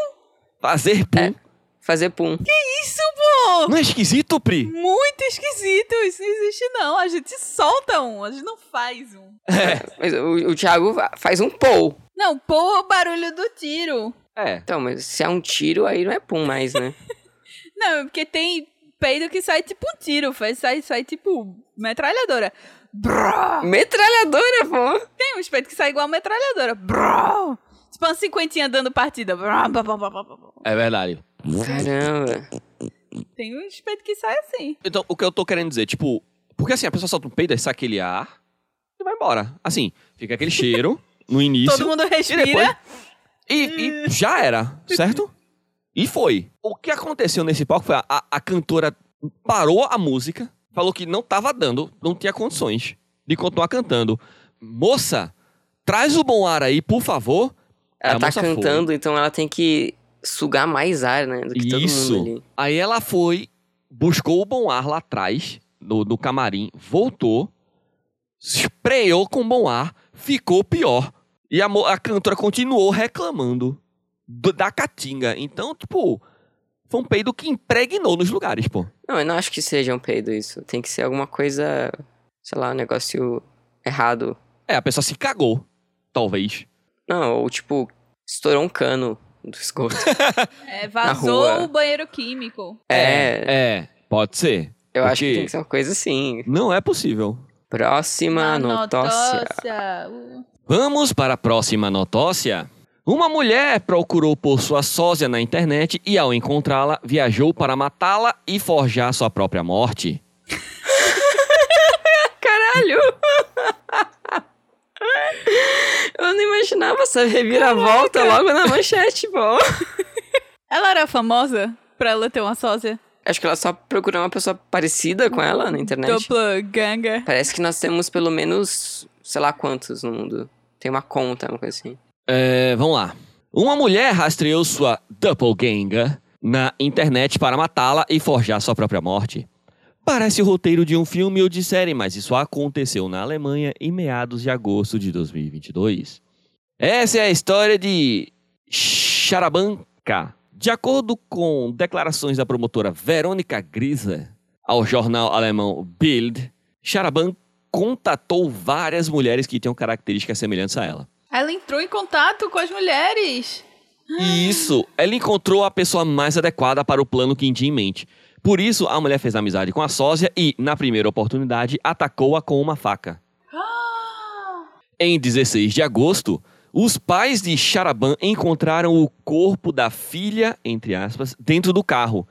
S1: Fazer pum.
S2: Fazer
S1: [LAUGHS]
S2: pum.
S3: Isso, pô!
S1: Não é esquisito, Pri?
S3: Muito esquisito. Isso não existe, não. A gente solta um, a gente não faz um.
S1: É.
S2: Mas o, o Thiago va- faz um pou.
S3: Não, pô, é o barulho do tiro.
S1: É.
S2: Então, mas se é um tiro, aí não é pum mais, né?
S3: Não, é porque tem peido que sai tipo um tiro, faz, sai, sai tipo metralhadora. Brrr.
S2: Metralhadora, pô!
S3: Tem uns peidos que saem igual metralhadora. Brrr. Tipo uma cinquentinha dando partida. Brrr, blá, blá, blá, blá, blá.
S1: É verdade.
S2: Caramba.
S1: É
S3: Tem uns peidos que saem assim.
S1: Então, o que eu tô querendo dizer, tipo, porque assim, a pessoa solta um peido, aí sai aquele ar e vai embora. Assim, fica aquele cheiro no início.
S3: Todo mundo respira.
S1: depois- E, e já era, certo? E foi. O que aconteceu nesse palco foi a, a- a cantora parou a música, falou que não tava dando, não tinha condições de continuar cantando. Moça, traz o bom ar aí, por favor.
S2: Ela
S1: A
S2: tá
S1: moça foi.
S2: cantando, então ela tem que sugar mais ar, né? Do que todo
S1: Isso.
S2: mundo ali.
S1: Aí ela foi, buscou o bom ar lá atrás, no, no camarim, voltou, sprayou com bom ar, ficou pior. E a, mo- a cantora continuou reclamando do- da caatinga. Então, tipo, foi um peido que impregnou nos lugares, pô.
S2: Não, eu não acho que seja um peido isso. Tem que ser alguma coisa, sei lá, um negócio errado.
S1: É, a pessoa se cagou, talvez.
S2: Não, ou tipo, estourou um cano do esgoto.
S3: É,
S2: Na
S3: vazou
S2: rua.
S3: o banheiro químico.
S2: é,
S1: [LAUGHS] É, pode ser.
S2: eu acho
S1: porque-
S2: que tem que ser uma coisa assim.
S1: Não é possível.
S2: Próxima notócia.
S3: Notócia. Uh.
S1: Vamos para a próxima notócia. Uma mulher procurou por sua sósia na internet e, ao encontrá-la, viajou para matá-la e forjar sua própria morte.
S2: Caralho! eu não imaginava essa reviravolta logo na manchete, pô.
S3: Ela era famosa pra ela ter uma sósia?
S2: Acho que ela só procurou uma pessoa parecida com ela na internet.
S3: Dupla ganga.
S2: Parece que nós temos pelo menos, sei lá quantos no mundo. Tem uma conta, uma coisa assim.
S1: É, vamos lá. Uma mulher rastreou sua doppelganger na internet para matá-la e forjar sua própria morte. Parece o roteiro de um filme ou de série, mas isso aconteceu na Alemanha em meados de agosto de 2022. Essa é a história de Charabanca. De acordo com declarações da promotora Verônica Grisa ao jornal alemão Bild, Charabanca contatou várias mulheres que tinham características semelhantes a ela.
S3: Ela entrou em contato com as mulheres.
S1: E isso, ela encontrou a pessoa mais adequada para o plano que tinha em mente. Por isso, a mulher fez amizade com a sósia e, na primeira oportunidade, atacou-a com uma faca. Em 16 de agosto, os pais de Charaban encontraram o corpo da filha, entre aspas, dentro do carro.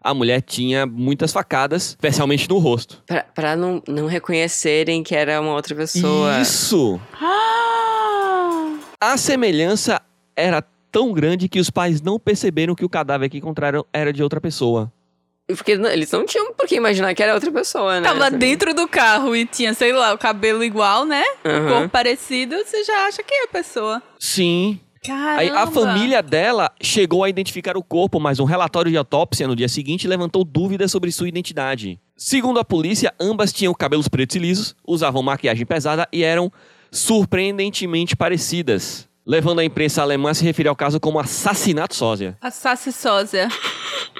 S1: A mulher tinha muitas facadas, especialmente no rosto.
S2: Pra, pra não, não reconhecerem que era uma outra pessoa.
S1: Isso!
S2: Ah!
S1: A semelhança era tão grande que os pais não perceberam que o cadáver que encontraram era de outra pessoa.
S2: Porque não- eles não tinham por que imaginar que era outra pessoa, né?
S3: Tava dentro do carro e tinha, sei lá, o cabelo igual, né?
S2: Aham.
S3: Cor parecido, você já acha que é a pessoa.
S1: Sim.
S3: Caramba.
S1: Aí a família dela chegou a identificar o corpo, mas um relatório de autópsia no dia seguinte levantou dúvidas sobre sua identidade. Segundo a polícia, ambas tinham cabelos pretos e lisos, usavam maquiagem pesada e eram surpreendentemente parecidas, levando a imprensa alemã a se referir ao caso como assassinato sósia.
S3: Assassi sósia.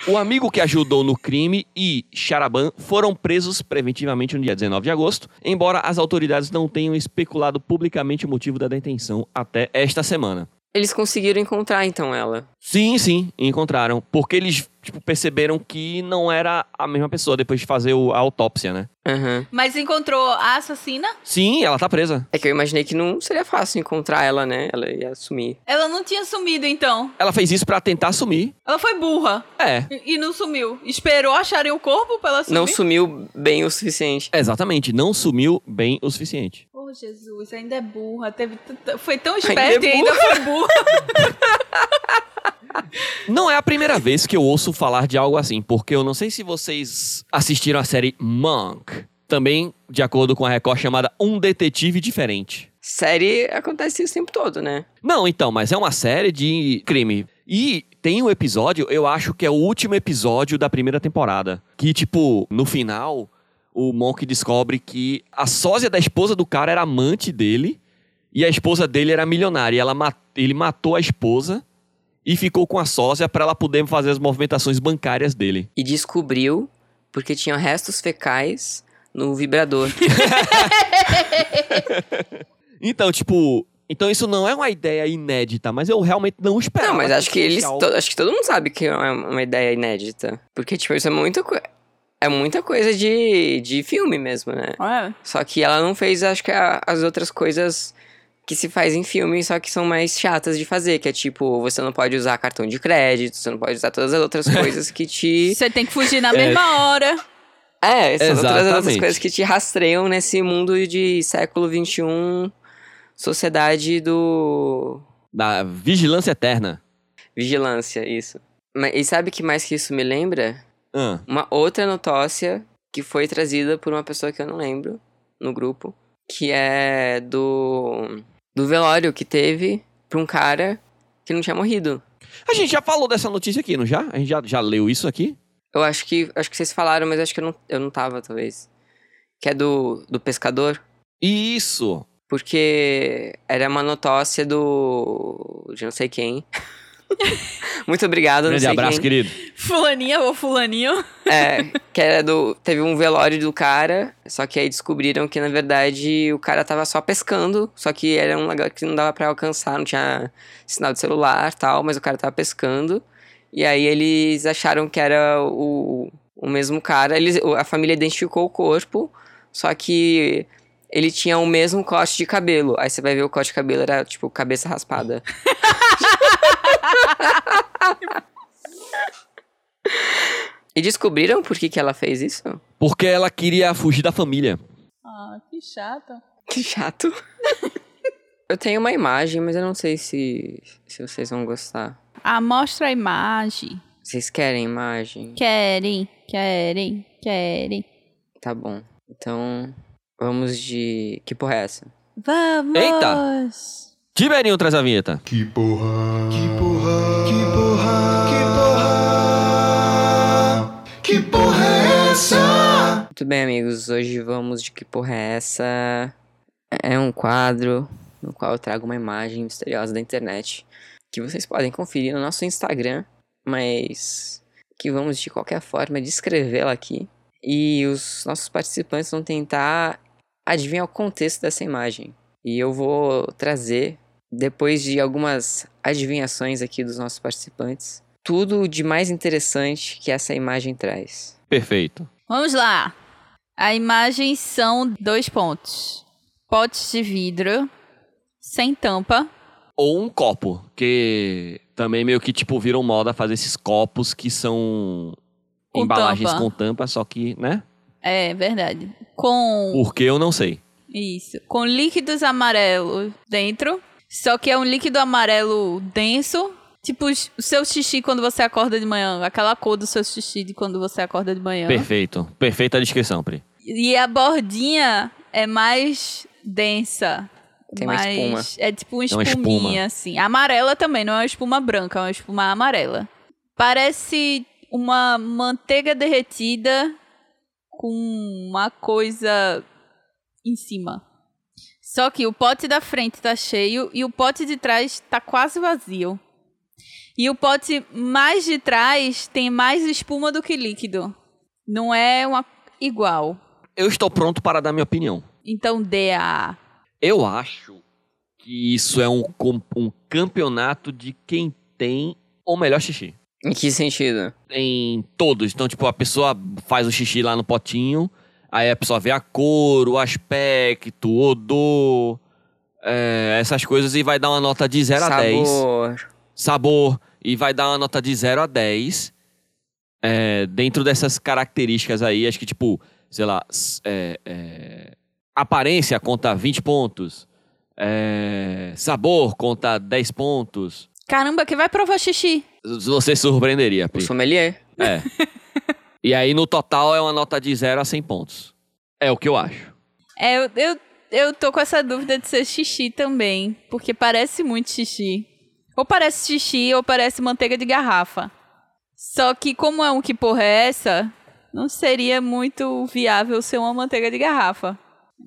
S1: O amigo que ajudou no crime e Charaban foram presos preventivamente no dia 19 de agosto, embora as autoridades não tenham especulado publicamente o motivo da detenção até esta semana.
S2: Eles conseguiram encontrar, então, ela.
S1: Sim, sim, encontraram. Porque eles tipo, perceberam que não era a mesma pessoa depois de fazer o- a autópsia, né?
S2: Aham.
S3: Mas encontrou a assassina?
S1: Sim, ela tá presa.
S2: É que eu imaginei que não seria fácil encontrar ela, né? Ela ia sumir.
S3: Ela não tinha sumido, então.
S1: Ela fez isso pra tentar sumir.
S3: Ela foi burra
S1: É,
S3: e, e não sumiu. Esperou acharem o corpo pra ela sumir?
S2: Não sumiu bem o suficiente.
S1: exatamente. Não sumiu bem o suficiente.
S3: Oh, Jesus, ainda é burra. Teve tanta- foi tão
S2: Ainda é
S3: esperta e ainda foi burra.
S1: Não é a primeira vez que eu ouço falar de algo assim, porque eu não sei se vocês assistiram a série Monk. Também, de acordo com a Record, chamada Um Detetive Diferente.
S2: Série acontece isso o tempo todo, né?
S1: Não, então, mas é uma série de crime E tem um episódio, eu acho que é o último episódio da primeira temporada. Que, tipo, no final, o Monk descobre que a sósia da esposa do cara era amante dele. E a esposa dele era milionária. E ela, ma- ele matou a esposa e ficou com a sósia pra ela poder fazer as movimentações bancárias dele.
S2: E descobriu porque tinha restos fecais no vibrador.
S1: Então, tipo. Então isso não é uma ideia inédita, mas eu realmente não esperava.
S2: [LAUGHS] Não, mas acho que eles.
S1: especial-
S2: to- acho que todo mundo sabe que é uma ideia inédita. Porque, tipo, isso é muita coisa. É muita coisa de, de filme mesmo, né?
S3: Olha,
S2: [LAUGHS] Só que ela não fez, acho que, a- as outras coisas que se faz em filme, só que são mais chatas de fazer. Que é tipo, você não pode usar cartão de crédito, você não pode usar todas as [LAUGHS] outras coisas que te.
S3: você tem que fugir na mesma hora.
S2: É, são todas as outras
S1: Exatamente.
S2: coisas que te rastreiam nesse mundo de século XXI, sociedade do.
S1: Da vigilância eterna.
S2: Vigilância, isso. Ma- E sabe que mais que isso me lembra?
S1: Ah,
S2: Uma outra notócia que foi trazida por uma pessoa que eu não lembro no grupo, que é do do velório que teve pra um cara que não tinha morrido.
S1: A gente já falou dessa notícia aqui, não já? A gente já, já leu isso aqui?
S2: Eu acho que acho que vocês falaram, mas acho que eu não, eu não tava, talvez. Que é do, do pescador,
S1: Isso!
S2: porque era uma notócia do de não sei quem. [LAUGHS] Muito obrigado, não
S1: Grande
S2: sei
S1: abraço,
S2: quem.
S1: querido.
S3: Fulaninha ou fulaninho.
S2: É, que era do. Teve um velório do cara, só que aí descobriram que, na verdade, o cara tava só pescando, só que era um lugar que não dava pra alcançar, não tinha sinal de celular tal, mas o cara tava pescando. E aí eles acharam que era o, o mesmo cara. Eles, o- a família identificou o corpo, só que ele tinha o mesmo corte de cabelo. Aí você vai ver o corte de cabelo era, tipo, cabeça raspada. E descobriram por que, que ela fez isso?
S1: Porque ela queria fugir da família.
S3: Ah, que chata.
S2: Que chato. [LAUGHS] eu tenho uma imagem, mas eu não sei se, se vocês vão gostar.
S3: Ah, mostra a imagem.
S2: Vocês querem imagem?
S3: Querem, querem, querem.
S2: Tá bom. Então, vamos de. Que porra é essa?
S3: Vamos!
S1: Tiberinho traz a vinheta.
S5: Que porra! Que porra! Que porra! Que porra! Que porra é essa?
S2: Muito bem, amigos. Hoje vamos de Que porra é essa? É um quadro no qual eu trago uma imagem misteriosa da internet que vocês podem conferir no nosso Instagram, mas que vamos de qualquer forma descrevê-la aqui. E os nossos participantes vão tentar adivinhar o contexto dessa imagem. E eu vou trazer, depois de algumas adivinhações aqui dos nossos participantes, tudo de mais interessante que essa imagem traz.
S1: Perfeito.
S3: Vamos lá. A imagem são dois pontos. Potes de vidro, sem tampa.
S1: Ou um copo, que também meio que, tipo, viram moda fazer esses copos que são
S3: Com
S1: embalagens
S3: tampa.
S1: com tampa, só que, né?
S3: É verdade. Com.
S1: Porque eu não sei.
S3: Isso. Com líquidos amarelos dentro. Só que é um líquido amarelo denso. Tipo os- o seu xixi quando você acorda de manhã. Aquela cor do seu xixi de quando você acorda de manhã.
S1: Perfeito. Perfeita a descrição, Pri.
S3: E a bordinha é mais densa.
S2: Tem uma
S3: mais-
S2: espuma.
S3: É tipo uma
S1: É uma
S3: espuminha,
S1: espuma.
S3: assim. Amarela também, não é uma espuma branca, é uma espuma amarela. Parece uma manteiga derretida com uma coisa em cima. Só que o pote da frente tá cheio e o pote de trás tá quase vazio. E o pote mais de trás tem mais espuma do que líquido. Não é uma igual.
S1: Eu estou pronto para dar minha opinião.
S3: Então dê a.
S1: Eu acho que isso é um, com- um campeonato de quem tem o melhor xixi.
S2: Em que sentido?
S1: Em todos. Então, tipo, a pessoa faz o xixi lá no potinho, aí a pessoa vê a cor, o aspecto, o odor, é, essas coisas, e vai dar uma nota de 0 a 10.
S2: Sabor.
S1: Sabor. E vai dar uma nota de 0 a 10. É, dentro dessas características aí, acho que, tipo, sei lá, s- é, é, aparência conta 20 pontos. É, sabor conta 10 pontos.
S3: Caramba, quem vai provar xixi?
S1: Você se surpreenderia,
S2: O
S1: Pri.
S2: sommelier.
S1: É. e aí, no total, é uma nota de 0 a 100 pontos. É o que eu acho.
S3: É, eu, eu, eu tô com essa dúvida de ser xixi também, porque parece muito xixi. Ou parece xixi, ou parece manteiga de garrafa. Só que como é um que porra é essa, não seria muito viável ser uma manteiga de garrafa.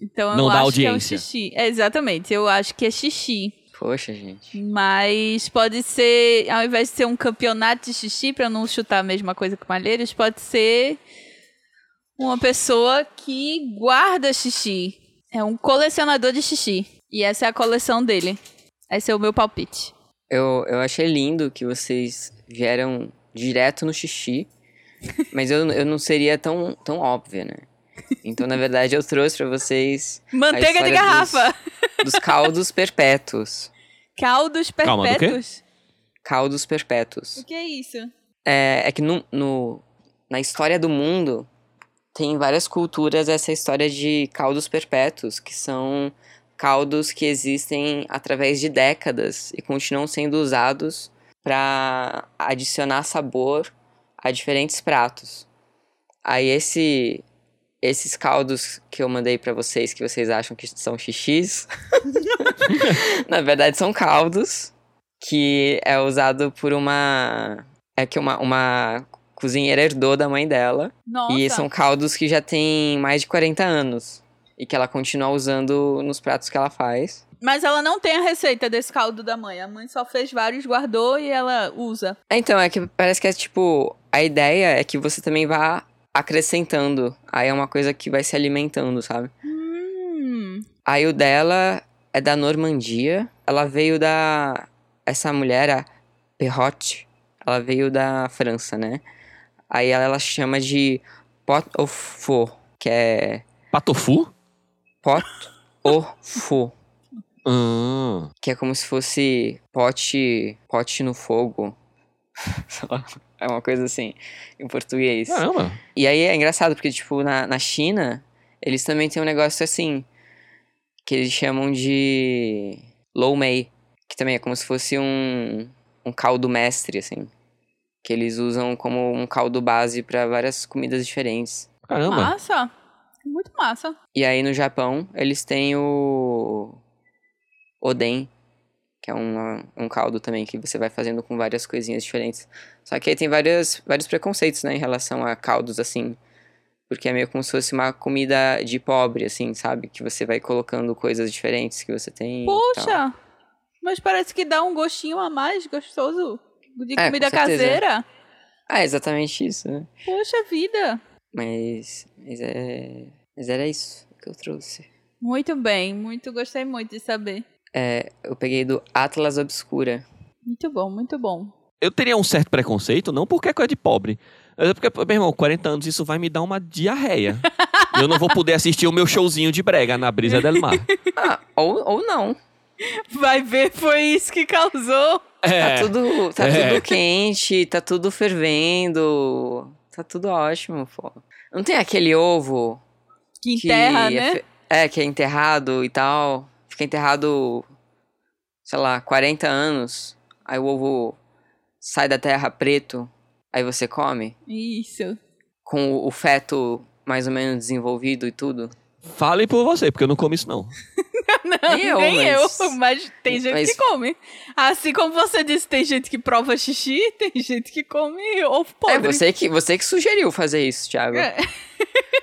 S3: Então eu
S1: Não dá
S3: acho que é
S1: audiência.
S3: um xixi. É, exatamente, eu acho que é xixi.
S2: Poxa, gente.
S3: Mas pode ser, ao invés de ser um campeonato de xixi, pra não chutar a mesma coisa que Malheiros, pode ser uma pessoa que guarda xixi. É um colecionador de xixi. E essa é a coleção dele. Esse é o meu palpite.
S2: Eu, eu achei lindo que vocês vieram direto no xixi, mas eu, eu não seria tão, tão óbvia, né? Então, na verdade, eu trouxe pra vocês
S3: Manteiga de
S2: história
S3: garrafa.
S2: dos caldos perpétuos.
S3: Caldos
S1: Calma, do quê?
S3: perpétuos.
S2: Caldos perpétuos.
S3: o que é isso?
S2: É, é que no, no- na história do mundo tem várias culturas essa história de caldos perpétuos, que são caldos que existem através de décadas e continuam sendo usados para adicionar sabor a diferentes pratos. Aí esse esses caldos que eu mandei para vocês que vocês acham que são xixis, [LAUGHS] na verdade são caldos que é usado por uma é que uma, uma cozinheira herdou da mãe dela.
S3: Nossa.
S2: E são caldos que já tem mais de 40 anos. E que ela continua usando nos pratos que ela faz.
S3: Mas ela não tem a receita desse caldo da mãe. A mãe só fez vários, guardou e ela usa.
S2: Então, é que parece que é tipo. A ideia é que você também vá acrescentando. Aí é uma coisa que vai se alimentando, sabe?
S3: Hum.
S2: Aí o dela é da Normandia. Ela veio da. Essa mulher, a Perrotte, ela veio da França, né? Aí ela, ela chama de pot au four, que é
S1: Patofu?
S2: pot au four.
S1: Ah,
S2: Que é como se fosse pote, pote no fogo. [LAUGHS] Sei lá, é uma coisa assim, em português.
S1: caramba.
S2: E aí é engraçado, porque, tipo, na, na China, eles também têm um negócio assim, que eles chamam de low mei, que também é como se fosse um, um caldo mestre, assim. Que eles usam como um caldo base para várias comidas diferentes. Ah.
S1: Caramba.
S3: Massa. Muito massa.
S2: E aí no Japão, eles têm o oden, que é uma- um caldo também que você vai fazendo com várias coisinhas diferentes. Só que aí tem várias, vários preconceitos, né, em relação a caldos assim, porque é meio como se fosse uma comida de pobre assim, sabe, que você vai colocando coisas diferentes que você tem. e tal.
S3: Puxa. Mas parece que dá um gostinho a mais gostoso de
S2: É,
S3: comida
S2: com certeza.
S3: caseira.
S2: Ah, é exatamente isso, né?
S3: Poxa vida.
S2: Mas mas é, mas era isso que eu trouxe.
S3: Muito bem, muito gostei muito de saber.
S2: É, eu peguei do Atlas Obscura.
S3: Muito bom, muito bom.
S1: Eu teria um certo preconceito, não porque é coisa de pobre. Mas é porque, meu irmão, 40 anos, isso vai me dar uma
S2: [LAUGHS]
S1: diarreia. eu não vou poder assistir o meu showzinho de brega na Brisa del Mar.
S2: Ah, ou, ou não.
S3: Vai ver, foi isso que causou.
S2: [LAUGHS] Tá,
S1: É.
S2: tudo, tá
S1: É.
S2: tudo quente, tá tudo fervendo, tá tudo ótimo, pô. Não tem aquele ovo
S3: Que
S2: que
S3: enterra,
S2: é
S3: né?
S2: fe- É, que é enterrado e tal. Fica enterrado, sei lá, 40 anos. Aí o ovo sai da terra preto, aí você come
S3: Isso.
S2: com o- o feto mais ou menos desenvolvido e tudo.
S1: Fale por você, porque eu não como isso, não.
S3: Não,
S2: Nem
S3: [LAUGHS]
S2: eu,
S3: nem
S2: mas-
S3: eu, mas tem gente
S2: mas-
S3: que come. Assim como você disse, tem gente que prova xixi, tem gente que come ovo
S2: É
S3: podre.
S2: você que, você que sugeriu fazer isso, Thiago.
S3: É.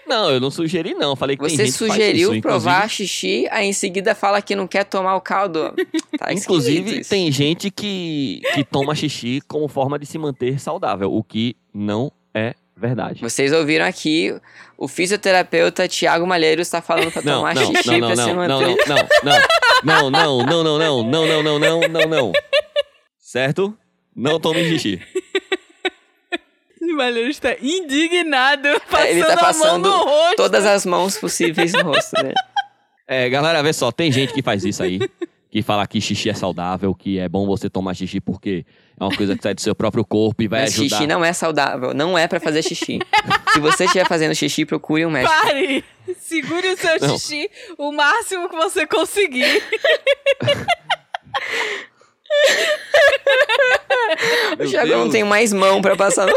S1: Não, eu não sugeri, não. Eu Falei que tem
S2: Você
S1: gente que faz
S2: sugeriu
S1: isso,
S2: provar xixi, aí em seguida fala que não quer tomar
S1: [LAUGHS]
S2: o caldo. Tá
S1: Inclusive,
S2: esquisito isso.
S1: tem gente que, que toma xixi como forma de se manter saudável, o que não é verdade.
S2: Vocês ouviram aqui, o fisioterapeuta Tiago Malheiros está falando pra
S1: [LAUGHS] Não,
S2: tomar
S1: não,
S2: xixi
S1: não,
S2: pra se
S1: não, não,
S2: manter.
S1: não, não, não, não, não, não, não, não, não, não, não, não, não, não. Certo? Não tome xixi.
S3: O Malheiro está indignado, passando,
S2: É, ele tá
S3: a
S2: passando
S3: mão no rosto.
S2: Todas as mãos possíveis no rosto né? dele.
S1: É, galera, vê só, tem gente que faz isso aí, que fala que xixi é saudável, que é bom você tomar xixi porque é uma coisa que sai do seu próprio corpo e vai
S2: Mas
S1: ajudar.
S2: xixi não é saudável, não é pra fazer xixi. se você estiver fazendo xixi, procure um médico.
S3: Pare! Segure o seu
S1: Não.
S3: xixi o máximo que você conseguir.
S1: Meu
S2: O Tiago não
S1: Deus.
S2: tem mais mão pra passar.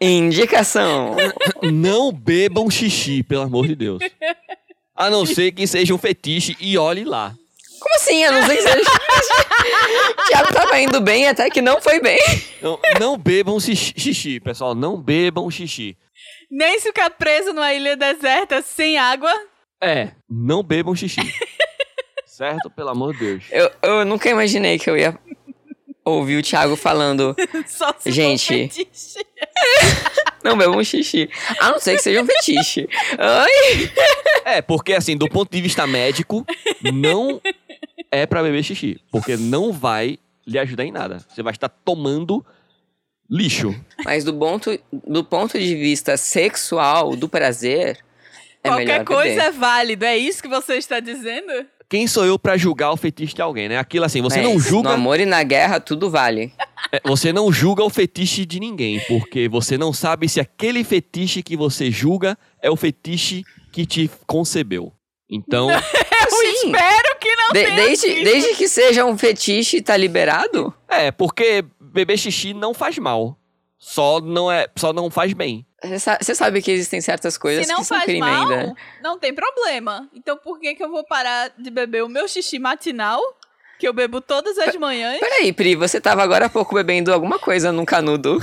S2: Indicação. [LAUGHS]
S1: Não bebam xixi, pelo amor de Deus. A não ser que seja um fetiche e olhe lá.
S2: Como assim? Eu não sei que [LAUGHS] seja. o Thiago tava tá indo bem até que não foi bem.
S1: Não, não bebam xi- xixi, pessoal. Não bebam xixi.
S3: Nem se ficar preso numa ilha deserta sem água.
S1: É, não bebam xixi. certo? Pelo amor de Deus.
S2: Eu, eu nunca imaginei que eu ia ouvir o Thiago falando
S3: Só se for
S2: Gente. é
S3: um fetiche.
S2: não beba um xixi. A não ser que seja um fetiche. Ai,
S1: É, porque assim, do ponto de vista médico, não é pra beber xixi. Porque não vai lhe ajudar em nada. Você vai estar tomando lixo.
S2: mas do ponto, do ponto de vista sexual, do prazer, é melhor
S3: Qualquer
S2: beber. Hum.
S3: coisa é válido. É isso que você está dizendo?
S1: Quem sou eu pra julgar o fetiche de alguém, né? Aquilo assim, você
S2: Mas
S1: não julga,
S2: É, No amor e na guerra, tudo vale.
S1: é, você não julga o fetiche de ninguém, porque você não sabe se aquele fetiche que você julga é o fetiche que te concebeu. Então,
S3: Eu
S2: Sim.
S3: espero que É não
S2: De-
S3: tenha
S2: desde,
S3: sido.
S2: desde que seja um fetiche, tá liberado?
S1: é, porque beber xixi não faz mal. Só não é, só não faz bem.
S2: Você sa- você sabe que existem certas coisas
S3: Se não
S2: que são
S3: faz
S2: crime
S3: mal,
S2: ainda. né?
S3: não tem problema. Então por que, que eu vou parar de beber o meu xixi matinal, que eu bebo todas
S2: [LAUGHS]
S3: as manhãs?
S2: Peraí, Pri, você tava agora há pouco bebendo alguma coisa num [LAUGHS] canudo.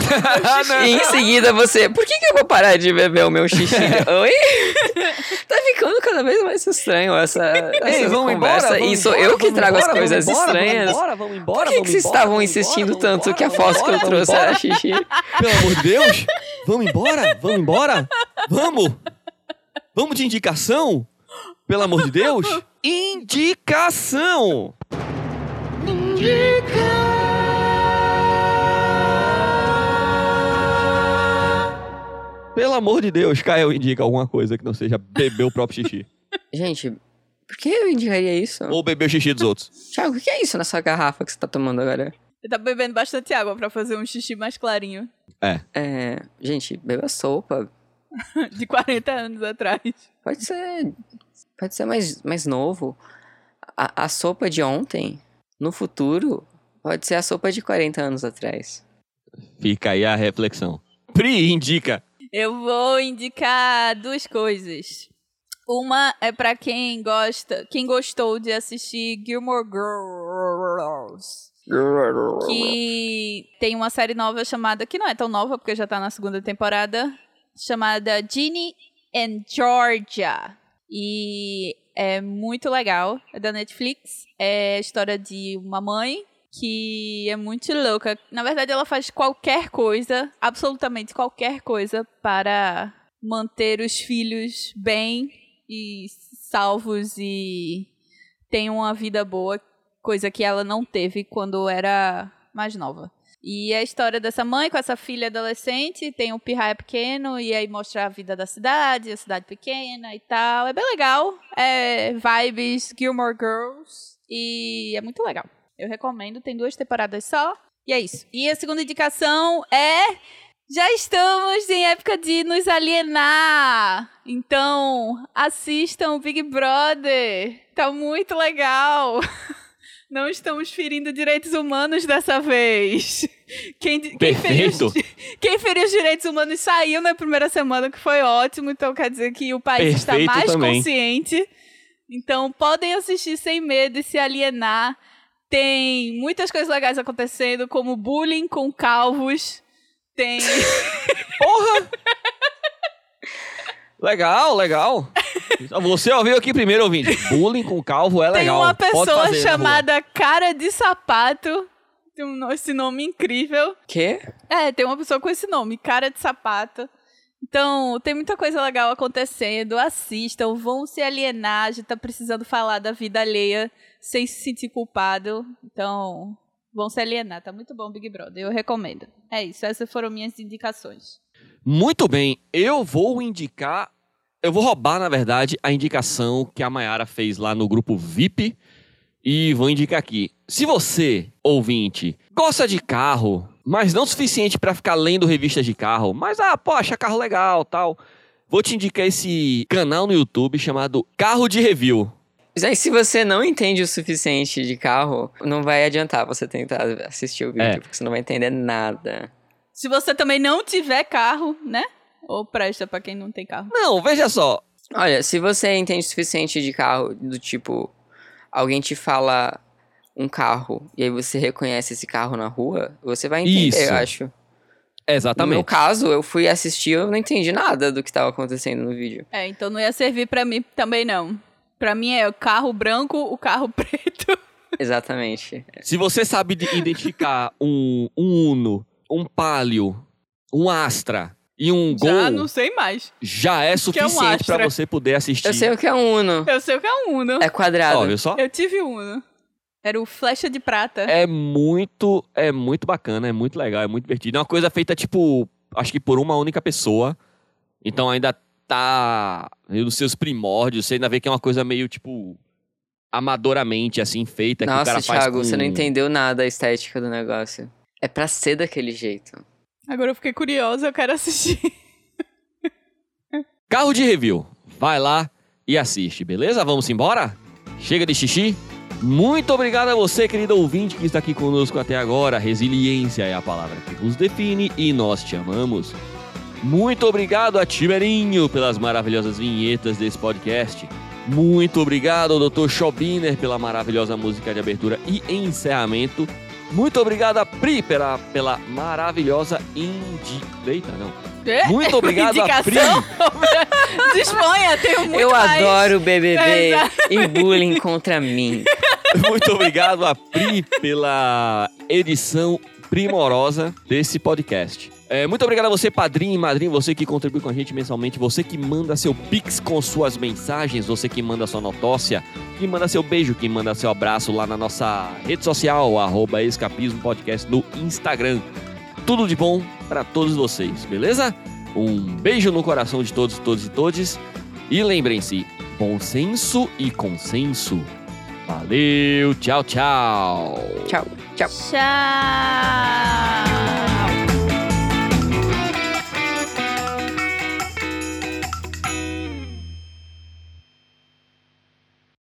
S2: e em seguida você. Por que, que eu vou parar de beber o meu [LAUGHS] xixi? Oi? tá ficando cada vez mais estranho essa, essa conversa. e sou eu que trago as coisas estranhas.
S1: vamos
S2: Por que, que vocês estavam insistindo tanto que a foto que eu trouxe era xixi?
S1: Pelo amor de Deus! Vamos embora? Vamos embora? Vamos! Vamos de indicação? Pelo amor de Deus! Indicação! Pelo amor de Deus, Caio, indica alguma coisa que não seja beber o próprio xixi.
S2: [LAUGHS] Gente, por que eu indicaria isso?
S1: Ou beber o xixi dos outros.
S2: Thiago, o que é isso na sua garrafa que você tá tomando agora?
S3: Eu tava bebendo bastante água pra fazer um xixi mais clarinho.
S2: É. Gente, beba sopa.
S3: De 40 anos atrás.
S2: Pode ser. Pode ser mais, mais novo. A, a sopa de ontem, no futuro, pode ser a sopa de 40 anos atrás.
S1: Fica aí a reflexão. Pri indica.
S3: Eu vou indicar duas coisas. Uma é pra quem gosta, quem gostou de assistir Gilmore Girls, que tem uma série nova chamada, que não é tão nova porque já tá na segunda temporada, chamada Ginny and Georgia. E é muito legal, é da Netflix, é a história de uma mãe que é muito louca. Na verdade, ela faz qualquer coisa, absolutamente qualquer coisa, para manter os filhos bem e salvos e tem uma vida boa, coisa que ela não teve quando era mais nova. E é a história dessa mãe com essa filha adolescente, tem um pirraia pequeno, e aí mostra a vida da cidade, a cidade pequena e tal. É bem legal. É vibes Gilmore Girls. E é muito legal. Eu recomendo, tem duas temporadas só. E é isso. E a segunda indicação é. Já estamos em época de nos alienar. Então, assistam Big Brother. Tá muito legal. [LAUGHS] Não estamos ferindo direitos humanos dessa vez. Quem, quem, feriu, os-
S1: Perfeito.
S3: quem feriu os direitos humanos saiu na primeira semana, que foi ótimo. Então, quer dizer que o país
S1: Perfeito
S3: está mais
S1: também.
S3: consciente. Então, podem assistir sem medo e se alienar. Tem muitas coisas legais acontecendo, como bullying com calvos.
S1: [LAUGHS]
S3: Tem.
S1: Porra! legal, legal. [LAUGHS] Você ouviu aqui primeiro, ouvinte. Bullying com calvo é
S3: Tem
S1: legal.
S3: uma
S1: Pode
S3: pessoa
S1: fazer,
S3: chamada Cara de Sapato. Tem um no- esse nome incrível.
S2: Quê?
S3: É, tem uma pessoa com esse nome, Cara de Sapato. Então, tem muita coisa legal acontecendo. Assistam, vão se alienar. A gente tá precisando falar da vida alheia sem se sentir culpado. Então, vão se alienar. Tá muito bom, Big Brother. Eu recomendo. É isso, essas foram minhas indicações.
S1: Muito bem, eu vou indicar. Eu vou roubar, na verdade, a indicação que a Mayara fez lá no grupo VIP e vou indicar aqui. Se você, ouvinte, gosta de carro, mas não o suficiente pra ficar lendo revistas de carro, mas ah, pô, achar carro legal, tal, vou te indicar esse canal no YouTube chamado Carro de Review.
S2: Mas se você não entende o suficiente de carro, não vai adiantar você tentar assistir o vídeo,
S1: É.
S2: porque você não vai entender nada.
S3: Se você também não tiver carro, né? Ou presta pra quem não tem carro.
S1: Não, veja só.
S2: Olha, se você entende o suficiente de carro, do tipo, alguém te fala um carro e aí você reconhece esse carro na rua, você vai entender,
S1: Isso.
S2: eu acho. No meu
S1: Exatamente.
S2: caso, eu fui assistir, eu não entendi nada do que tava acontecendo no vídeo.
S3: É, então não ia servir pra mim também, não. Pra mim é o carro branco, o carro [LAUGHS] preto.
S2: Exatamente.
S1: Se você sabe de- identificar um, um Uno, um Palio, um Astra e um
S3: Já
S1: Gol,
S3: não sei mais.
S1: já é
S3: que é um
S1: suficiente pra
S3: Astra.
S1: você poder assistir.
S2: Eu sei o que é um Uno.
S3: Eu sei o que é um Uno.
S2: É quadrado.
S1: Ó, viu só?
S3: Eu tive um Uno. Era o Flecha de Prata.
S1: É muito, é muito bacana, é muito legal, é muito divertido. É uma coisa feita, tipo, acho que por uma única pessoa. Então ainda tá nos seus primórdios. Você ainda vê que é uma coisa meio, tipo, amadoramente, assim, feita. que o
S2: Nossa,
S1: cara faz
S2: Thiago,
S1: com- um
S2: você não entendeu nada a estética do negócio. É pra ser daquele jeito.
S3: Agora eu fiquei curiosa, eu quero [LAUGHS] assistir.
S1: Carro de review. Vai lá e assiste, beleza? Vamos embora? Chega de xixi. Muito obrigado a você, querido ouvinte, que está aqui conosco até agora. Resiliência é a palavra que nos define e nós te amamos. Muito obrigado a Tiberinho pelas maravilhosas vinhetas desse podcast. Muito obrigado ao Dr. Schobiner pela maravilhosa música de abertura e encerramento. Muito obrigado a Pri pela, pela maravilhosa indi... Eita, não. Muito obrigado a Pri.
S3: Indicação? Disponha, tenho muito
S2: eu
S3: mais. É,
S2: adoro o
S3: [LAUGHS]
S2: BBB
S3: Exato.
S2: e bullying contra mim.
S1: [LAUGHS] Muito obrigado a Pri pela edição primorosa desse podcast. É, muito obrigado a você, padrinho e madrinho, você que contribui com a gente mensalmente, você que manda seu pix com suas mensagens, você que manda sua notócia, que manda seu beijo, que manda seu abraço lá na nossa rede social, arroba Escapismo Podcast no Instagram. Tudo de bom para todos vocês, beleza? Um beijo no coração de todos, todos e todes. E lembrem-se, bom senso e consenso. Valeu, tchau, tchau.
S2: Tchau, tchau.
S3: Tchau.